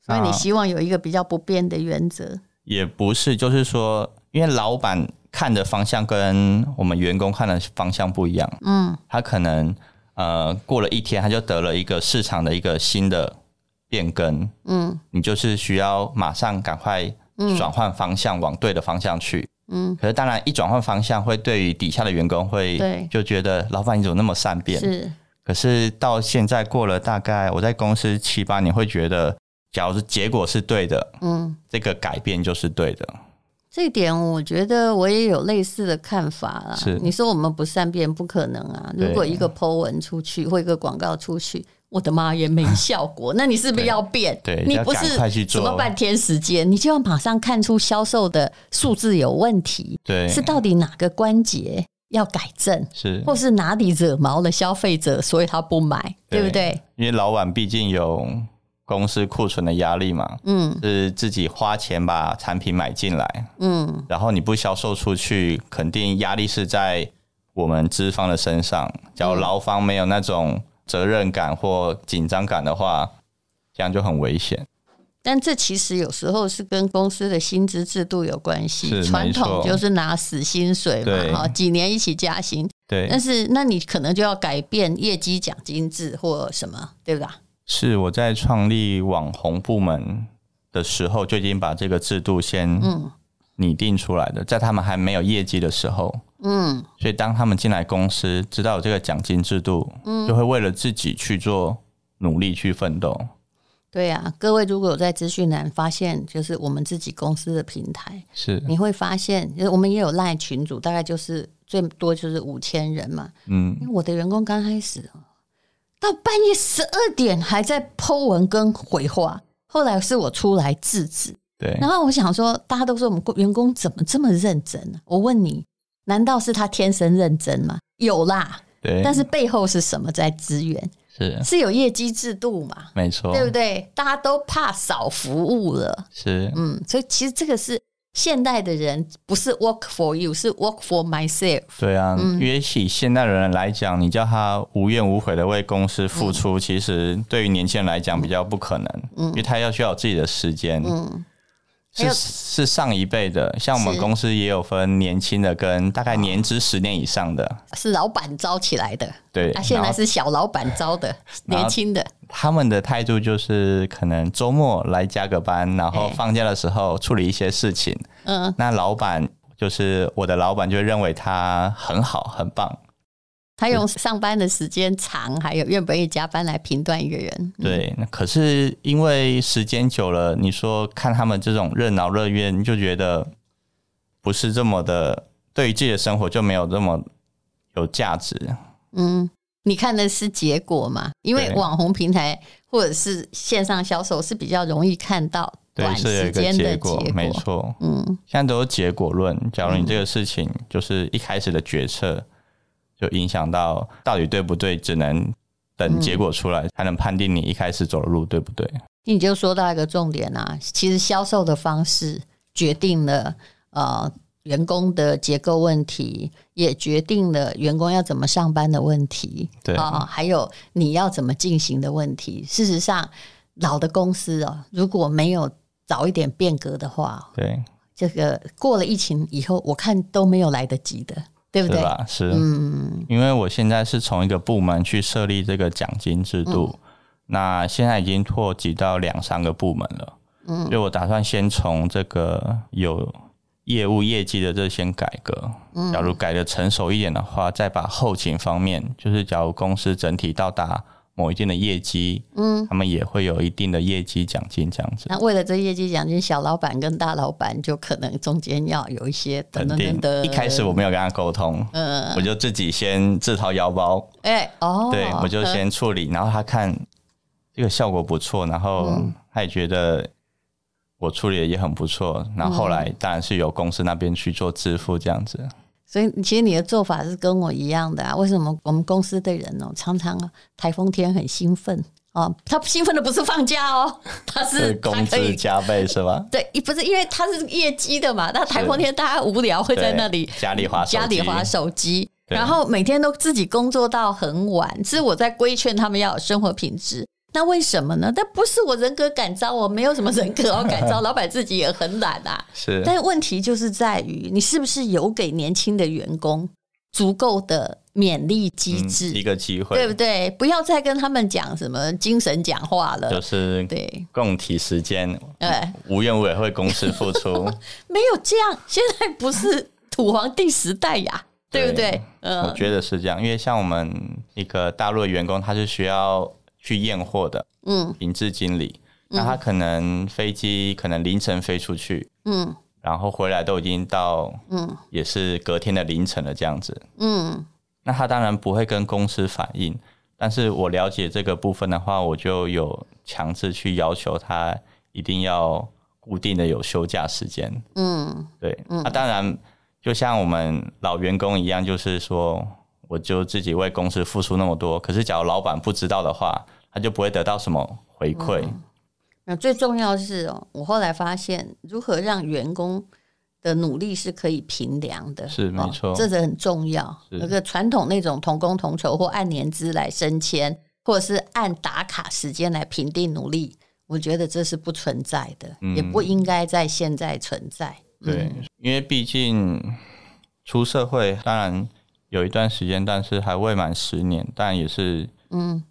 [SPEAKER 2] 所以你
[SPEAKER 3] 那
[SPEAKER 2] 希望有一个比较不变的原则。
[SPEAKER 3] 也不是，就是说，因为老板看的方向跟我们员工看的方向不一样，
[SPEAKER 2] 嗯
[SPEAKER 3] 他可能呃过了一天，他就得了一个市场的一个新的变更，
[SPEAKER 2] 嗯
[SPEAKER 3] 你就是需要马上赶快
[SPEAKER 2] 嗯
[SPEAKER 3] 转换方向，往对的方向去。
[SPEAKER 2] 嗯，
[SPEAKER 3] 可是当然，一转换方向会对于底下的员工会
[SPEAKER 2] 对
[SPEAKER 3] 就觉得老板你怎么那么善变？
[SPEAKER 2] 是
[SPEAKER 3] 可是到现在过了大概我在公司七八年，会觉得，假如是结果是对的，
[SPEAKER 2] 嗯，
[SPEAKER 3] 这个改变就是对的。
[SPEAKER 2] 这一点我觉得我也有类似的看法啦。
[SPEAKER 3] 是
[SPEAKER 2] 你说我们不善变不可能啊！
[SPEAKER 3] 对
[SPEAKER 2] 如果一个 Po 文出去或一个广告出去，我的妈
[SPEAKER 3] <laughs>
[SPEAKER 2] 也没效果，那你是不是要变？
[SPEAKER 3] 对
[SPEAKER 2] 你
[SPEAKER 3] 要
[SPEAKER 2] 不
[SPEAKER 3] 赶快去
[SPEAKER 2] 是
[SPEAKER 3] 做
[SPEAKER 2] 什么半天时间，你就要马上看出销售的数字有问题，
[SPEAKER 3] 对，
[SPEAKER 2] 是到底哪个关节要改正，
[SPEAKER 3] 是
[SPEAKER 2] 或是哪里惹毛了消费者，所以他不买，对不对？
[SPEAKER 3] 因为老板毕竟有公司库存的压力嘛，
[SPEAKER 2] 嗯
[SPEAKER 3] 是自己花钱把产品买进来，
[SPEAKER 2] 嗯，
[SPEAKER 3] 然后你不销售出去，肯定压力是在我们资方的身上。假如劳方没有那种责任感或紧张感的话，这样就很危险。
[SPEAKER 2] 但这其实有时候是跟公司的薪资制度有关系。
[SPEAKER 3] 是
[SPEAKER 2] 传统
[SPEAKER 3] 没错
[SPEAKER 2] 就是拿死薪水
[SPEAKER 3] 对
[SPEAKER 2] 嘛，哈，几年一起加薪。但
[SPEAKER 3] 对，
[SPEAKER 2] 是那你可能就要改变业绩奖金制或什么，对吧？
[SPEAKER 3] 是我在创立网红部门的时候，就已经把这个制度先
[SPEAKER 2] 嗯
[SPEAKER 3] 拟定出来的，在他们还没有业绩的时候。
[SPEAKER 2] 嗯
[SPEAKER 3] 所以当他们进来公司，知道有这个奖金制度，
[SPEAKER 2] 嗯
[SPEAKER 3] 就会为了自己去做努力去奋斗。
[SPEAKER 2] 对呀、各位如果有在资讯栏发现，就是我们自己公司的平台，
[SPEAKER 3] 是，
[SPEAKER 2] 你会发现，就是我们也有赖群组，大概就是最多就是五千人嘛。
[SPEAKER 3] 嗯，
[SPEAKER 2] 因为我的员工刚开始哦到半夜十二点还在 Po 文跟回话，后来是我出来制止。
[SPEAKER 3] 对
[SPEAKER 2] 然，后我想说，大家都说我们员工怎么这么认真呢、我问你，难道是他天生认真吗？有啦，
[SPEAKER 3] 对，
[SPEAKER 2] 但是背后是什么在支援？
[SPEAKER 3] 是
[SPEAKER 2] 是有业绩制度嘛，
[SPEAKER 3] 没错，
[SPEAKER 2] 对不对？大家都怕少服务了，
[SPEAKER 3] 是
[SPEAKER 2] 嗯，所以其实这个是现代的人不是 work for you，是 work for myself。
[SPEAKER 3] 对啊。
[SPEAKER 2] 嗯
[SPEAKER 3] 因为以现代人来讲，你叫他无怨无悔的为公司付
[SPEAKER 2] 嗯
[SPEAKER 3] 出，其实对于年轻人来讲比较不可能，因为他要需要有自己的时间。
[SPEAKER 2] 嗯还有
[SPEAKER 3] 是是上一辈的，像我们
[SPEAKER 2] 是
[SPEAKER 3] 公司也有分年轻的跟大概年资十年以上的，
[SPEAKER 2] 是老板招起来的，
[SPEAKER 3] 对。
[SPEAKER 2] 啊，现
[SPEAKER 3] 然
[SPEAKER 2] 在
[SPEAKER 3] 后
[SPEAKER 2] 是小老板招的，
[SPEAKER 3] <laughs> 然后
[SPEAKER 2] 年轻的，
[SPEAKER 3] 他们的态度就是可能周末来加个班，然后
[SPEAKER 2] 哎
[SPEAKER 3] 放假的时候处理一些事情。
[SPEAKER 2] 嗯，
[SPEAKER 3] 那老板就是我的老板，就认为他很好很棒。
[SPEAKER 2] 他用上班的时间长，还有愿不愿意加班来评断一个人，嗯
[SPEAKER 3] 对，那可是因为时间久了，你说看他们这种任劳任怨，你就觉得不是这么的，对于自己的生活就没有这么有价值。
[SPEAKER 2] 嗯，你看的是结果嘛？因为
[SPEAKER 3] 对
[SPEAKER 2] 网红平台或者是线上销售是比较容易看到
[SPEAKER 3] 对，
[SPEAKER 2] 短
[SPEAKER 3] 是有
[SPEAKER 2] 时
[SPEAKER 3] 一个
[SPEAKER 2] 间的
[SPEAKER 3] 结果，没错。
[SPEAKER 2] 嗯，
[SPEAKER 3] 现在都是结果论。假如你这个事情就是一开始的决策，就影响到到底对不对，只能等结果出来才能判定你一开始走的路对不对。
[SPEAKER 2] 你就说到一个重点啊，其实销售的方式决定了呃员工的结构问题，也决定了员工要怎么上班的问题，
[SPEAKER 3] 对
[SPEAKER 2] 啊、还有你要怎么进行的问题。事实上，老的公司哦，如果没有早一点变革的话，
[SPEAKER 3] 对，
[SPEAKER 2] 这个过了疫情以后，我看都没有来得及的，对不
[SPEAKER 3] 是
[SPEAKER 2] 对？
[SPEAKER 3] 吧？是，
[SPEAKER 2] 嗯
[SPEAKER 3] 因为我现在是从一个部门去设立这个奖金制度，
[SPEAKER 2] 嗯
[SPEAKER 3] 那现在已经拓及到两三个部门了。嗯，所以我打算先从这个有业务业绩的这先改革。嗯，假如改的成熟一点的话，再把后勤方面，就是假如公司整体到达某一定的业绩，
[SPEAKER 2] 嗯。
[SPEAKER 3] 他们也会有一定的业绩奖金这样子。
[SPEAKER 2] 那为了这业绩奖金，小老板跟大老板就可能中间要有一些等等
[SPEAKER 3] 肯
[SPEAKER 2] 等
[SPEAKER 3] 定，
[SPEAKER 2] 等。嗯
[SPEAKER 3] 一开始我没有跟他沟通，我就自己先自掏腰包，
[SPEAKER 2] 哎、哦，
[SPEAKER 3] 对，我就先处理，然后他看这个效果不错，然后
[SPEAKER 2] 嗯
[SPEAKER 3] 他也觉得我处理的也很不错，然后后来
[SPEAKER 2] 嗯
[SPEAKER 3] 当然是由公司那边去做支付这样子。
[SPEAKER 2] 所以其实你的做法是跟我一样的啊。为什么我们公司的人哦，常常啊台风天很兴奋哦，他兴奋的不是放假哦，他
[SPEAKER 3] 这
[SPEAKER 2] 是
[SPEAKER 3] 个
[SPEAKER 2] 他
[SPEAKER 3] 工
[SPEAKER 2] 可以
[SPEAKER 3] 资加倍是吧？
[SPEAKER 2] 对，不是因为他是业绩的嘛，那台风天大家无聊 <laughs> 会在那里
[SPEAKER 3] 对家里滑手机
[SPEAKER 2] 家里滑手机，
[SPEAKER 3] 对
[SPEAKER 2] 然后每天都自己工作到很晚，是我在规劝他们要有生活品质。那为什么呢？但不是我人格感召，哦我没有什么人格要感
[SPEAKER 3] <laughs>
[SPEAKER 2] 召，老板自己也很懒啊。
[SPEAKER 3] 是，
[SPEAKER 2] 但问题就是在于，你是不是有给年轻的员工足够的勉励机
[SPEAKER 3] 嗯
[SPEAKER 2] 制，
[SPEAKER 3] 一个机会，
[SPEAKER 2] 对不对？不要再跟他们讲什么精神讲话了，
[SPEAKER 3] 就是
[SPEAKER 2] 对
[SPEAKER 3] 共体时间，
[SPEAKER 2] 哎
[SPEAKER 3] 无怨
[SPEAKER 2] <laughs>
[SPEAKER 3] 无悔为公司付出，
[SPEAKER 2] 没有这样，现在不是土皇帝时代呀，对不对？
[SPEAKER 3] 我
[SPEAKER 2] 嗯
[SPEAKER 3] 觉得是这样，因为像我们一个大陆的员工，他是需要去验货的，
[SPEAKER 2] 嗯
[SPEAKER 3] 品质经理，那他可能飞机可能凌晨飞出去，
[SPEAKER 2] 嗯
[SPEAKER 3] 然后回来都已经到
[SPEAKER 2] 嗯
[SPEAKER 3] 也是隔天的凌晨了这样子，
[SPEAKER 2] 嗯
[SPEAKER 3] 那他当然不会跟公司反映，但是我了解这个部分的话，我就有强制去要求他一定要固定的有休假时间。
[SPEAKER 2] 嗯
[SPEAKER 3] 对，那、当然就像我们老员工一样，就是说我就自己为公司付出那么多，可是假如老板不知道的话，他就不会得到什么回馈。
[SPEAKER 2] 那最重要的是哦，我后来发现如何让员工的努力是可以评量的，
[SPEAKER 3] 是没错
[SPEAKER 2] 哦这个很重要。
[SPEAKER 3] 是
[SPEAKER 2] 那个传统那种同工同酬或按年资来升迁，或者是按打卡时间来评定努力，我觉得这是不存在的，
[SPEAKER 3] 嗯
[SPEAKER 2] 也不应该在现在存在。
[SPEAKER 3] 对
[SPEAKER 2] 嗯，
[SPEAKER 3] 因为毕竟出社会，当然有一段时间，但是还未满十年，但也是
[SPEAKER 2] 嗯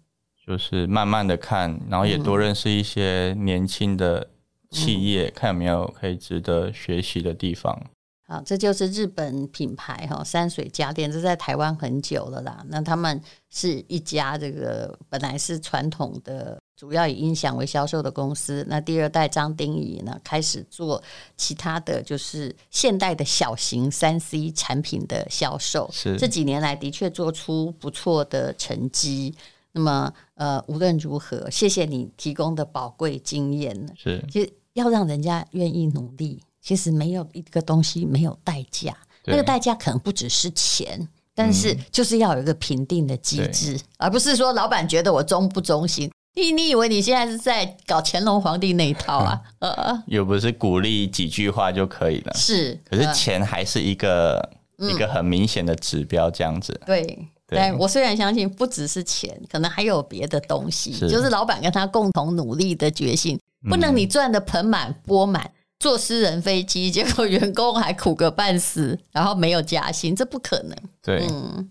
[SPEAKER 3] 就是慢慢的看，然后也多认识一些年轻的
[SPEAKER 2] 嗯
[SPEAKER 3] 企业，看有没有可以值得学习的地方。
[SPEAKER 2] 好，这就是日本品牌哈、山水家电，这在台湾很久了啦。那他们是一家这个本来是传统的，主要以音响为销售的公司。那第二代张丁仪呢，开始做其他的就是现代的小型三 C 产品的销售。
[SPEAKER 3] 是
[SPEAKER 2] 这几年来的确做出不错的成绩。那么呃，无论如何，谢谢你提供的宝贵经验。
[SPEAKER 3] 是
[SPEAKER 2] 其实要让人家愿意努力，其实没有一个东西没有代价，
[SPEAKER 3] 对嗯
[SPEAKER 2] 那个代价可能不只是钱。但是就是要有一个评定的机制，而不是说老板觉得我忠不忠心。你你以为你现在是在搞乾隆皇帝那一套
[SPEAKER 3] <laughs>
[SPEAKER 2] 啊？呃，
[SPEAKER 3] 又不是鼓励几句话就可以了。
[SPEAKER 2] 是，嗯
[SPEAKER 3] 可是
[SPEAKER 2] 呃
[SPEAKER 3] 钱还是一个、一个很明显的指标，这样子。
[SPEAKER 2] 对。
[SPEAKER 3] 对
[SPEAKER 2] 但我虽然相信不只是钱，可能还有别的东西，
[SPEAKER 3] 是
[SPEAKER 2] 就是老板跟他共同努力的决心，
[SPEAKER 3] 嗯
[SPEAKER 2] 不能你赚的盆满钵满，坐私人飞机， <laughs> 结果员工还苦个半死，然后没有加薪，这不可能。嗯
[SPEAKER 3] 对，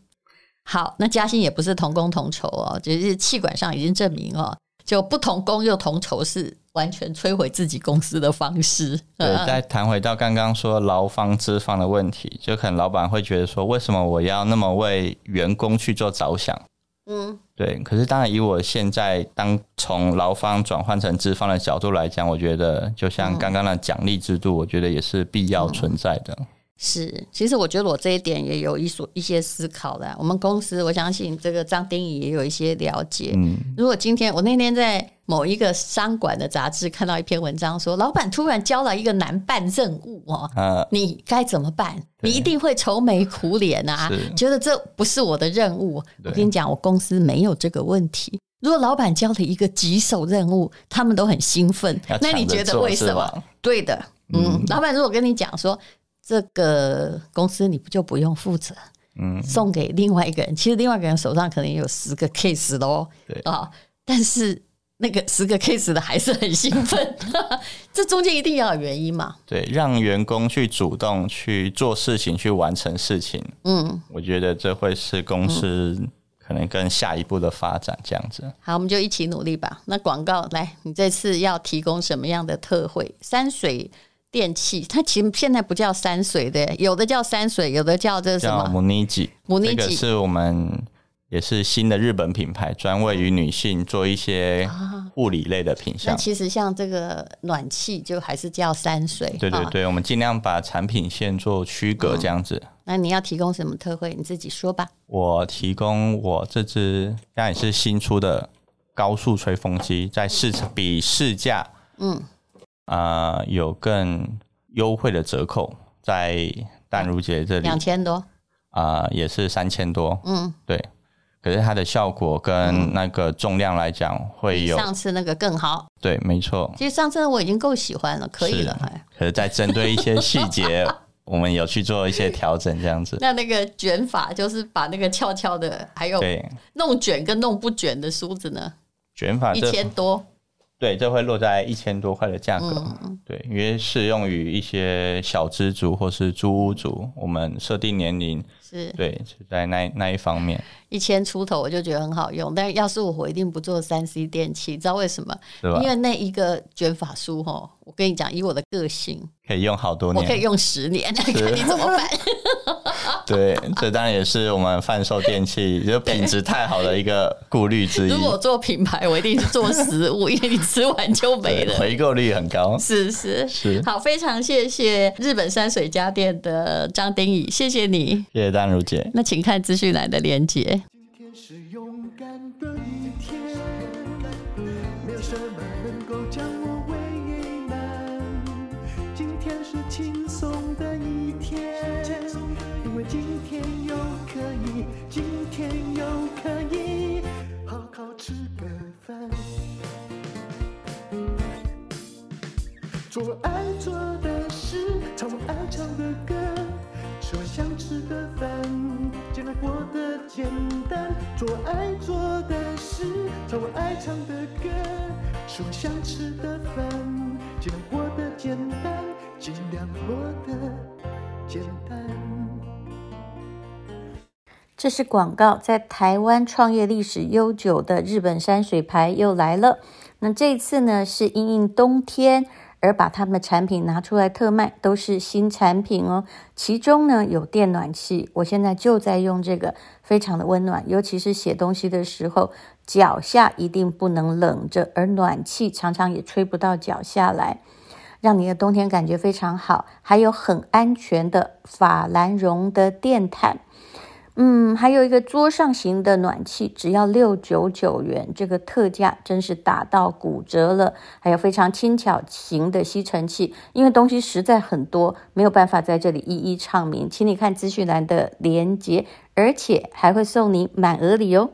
[SPEAKER 2] 好，那加薪也不是同工同酬哦，只是气管上已经证明哦，就不同工又同酬是完全摧毁自己公司的方式。嗯
[SPEAKER 3] 对。再谈回到刚刚说劳方资方的问题，就可能老板会觉得说，为什么我要那么为员工去做着想？
[SPEAKER 2] 嗯
[SPEAKER 3] 对，可是当然，以我现在当从劳方转换成资方的角度来讲，我觉得就像刚刚的奖励制度，我觉得也是必要存在的。
[SPEAKER 2] 是，其实我觉得我这一点也有一所一些思考的。我们公司，我相信这个张丁仪也有一些了解。
[SPEAKER 3] 嗯，
[SPEAKER 2] 如果今天我那天在某一个商管的杂志看到一篇文章说，老板突然交了一个难办任务哦，
[SPEAKER 3] 呃，
[SPEAKER 2] 你该怎么办？
[SPEAKER 3] 对
[SPEAKER 2] 你一定会愁眉苦脸啊
[SPEAKER 3] 是，
[SPEAKER 2] 觉得这不是我的任务。我
[SPEAKER 3] 对
[SPEAKER 2] 跟你讲，我公司没有这个问题。如果老板交了一个棘手任务，他们都很兴奋
[SPEAKER 3] 要，
[SPEAKER 2] 那你
[SPEAKER 3] 抢着
[SPEAKER 2] 觉得
[SPEAKER 3] 做
[SPEAKER 2] 为
[SPEAKER 3] 是
[SPEAKER 2] 什么
[SPEAKER 3] 吧？
[SPEAKER 2] 对的，嗯，老板如果跟你讲说这个公司你不就不用负责，
[SPEAKER 3] 嗯，
[SPEAKER 2] 送给另外一个人，其实另外一个人手上可能也有十个 case 喽，
[SPEAKER 3] 对
[SPEAKER 2] 啊、但是那个十个 case 的还是很兴奋， <laughs> 这中间一定要有原因嘛，
[SPEAKER 3] 对，让员工去主动去做事情，去完成事情，
[SPEAKER 2] 嗯，
[SPEAKER 3] 我觉得这会是公司可能更下一步的发展这样子。
[SPEAKER 2] 好，我们就一起努力吧。那广告来，你这次要提供什么样的特惠？山水电器，它其实现在不叫山水的，有的叫山水，有的叫这什
[SPEAKER 3] 叫
[SPEAKER 2] 么？
[SPEAKER 3] m u n i j i
[SPEAKER 2] Muniji
[SPEAKER 3] 这个是我们也是新的日本品牌，专为于女性做一些护理类的品
[SPEAKER 2] 啊那
[SPEAKER 3] 项。
[SPEAKER 2] 其实像这个暖气，就还是叫山水。
[SPEAKER 3] 对对
[SPEAKER 2] 啊嗯
[SPEAKER 3] 对，我们尽量把产品线做区隔这样子。
[SPEAKER 2] 那你要提供什么特惠？你自己说吧。
[SPEAKER 3] 我提供我这支，那也是新出的高速吹风机，在市场比市价，
[SPEAKER 2] 嗯，
[SPEAKER 3] 呃，有更优惠的折扣，在淡如姐这里，
[SPEAKER 2] 两千多，
[SPEAKER 3] 啊、也是三千多，
[SPEAKER 2] 嗯，
[SPEAKER 3] 对。可是它的效果跟那个重量来讲会
[SPEAKER 2] 比
[SPEAKER 3] 有、
[SPEAKER 2] 上次那个更好。
[SPEAKER 3] 对，没错，
[SPEAKER 2] 其实上次我已经够喜欢了，可以了。
[SPEAKER 3] 是
[SPEAKER 2] 哎，
[SPEAKER 3] 可是在针对一些细
[SPEAKER 2] <laughs>
[SPEAKER 3] 节，我们有去做一些调整，这样子。
[SPEAKER 2] 那那个卷法就是把那个翘翘的，还有
[SPEAKER 3] 对，
[SPEAKER 2] 弄卷跟弄不卷的梳子呢，
[SPEAKER 3] 卷发
[SPEAKER 2] 一
[SPEAKER 3] 啊这
[SPEAKER 2] 千多。
[SPEAKER 3] 对，这会落在一千多块的价格。
[SPEAKER 2] 嗯
[SPEAKER 3] 对，因为适用于一些小资族或是租屋族，我们设定年龄
[SPEAKER 2] 是
[SPEAKER 3] 对，是在那那一方面，
[SPEAKER 2] 一千出头我就觉得很好用，但要是我，我一定不做三 C 电器，知道为什么？
[SPEAKER 3] 是吧
[SPEAKER 2] 因？为那一个卷发梳哦，我跟你讲，以我的个性，
[SPEAKER 3] 可以用好多
[SPEAKER 2] 我可以
[SPEAKER 3] 年。
[SPEAKER 2] 用十年，看 <laughs> 你怎么办？
[SPEAKER 3] 对，这当然也是我们贩售电器就品质太好的一个顾虑之一
[SPEAKER 2] <laughs> 如。果我做品牌，我一定是做实物，因为你吃完就没
[SPEAKER 3] 对，
[SPEAKER 2] 了。
[SPEAKER 3] 回购率很高。
[SPEAKER 2] 是是
[SPEAKER 3] 是
[SPEAKER 2] 好，非常谢谢日本山水家电的张丁乙，谢谢你。
[SPEAKER 3] 谢谢丹如姐。
[SPEAKER 2] 那请看资讯栏的连接。
[SPEAKER 1] 今天是勇敢的一天，没有什么能够将我为难。今天是轻松的一天，因为今天又可以，今天又可以好好吃个饭，做我爱做的事，唱我爱唱的歌。吃我想吃的饭，尽量过得简单，做我爱做的事，唱我爱唱的歌，吃我想吃的饭，尽量过得简单，尽量过得简单。
[SPEAKER 4] 这是广告，在台湾创业历史悠久的日本山水牌又来了。那这一次呢，是因应冬天而把他们的产品拿出来特卖，都是新产品哦。其中呢有电暖器，我现在就在用这个，非常的温暖，尤其是写东西的时候，脚下一定不能冷着，而暖气常常也吹不到脚下来。让你的冬天感觉非常好，还有很安全的法兰绒的电毯，嗯，还有一个桌上型的暖气，只要六九九元，这个特价真是打到骨折了。还有非常轻巧型的吸尘器，因为东西实在很多，没有办法在这里一一唱明，请你看资讯栏的连接，而且还会送你满额礼哦。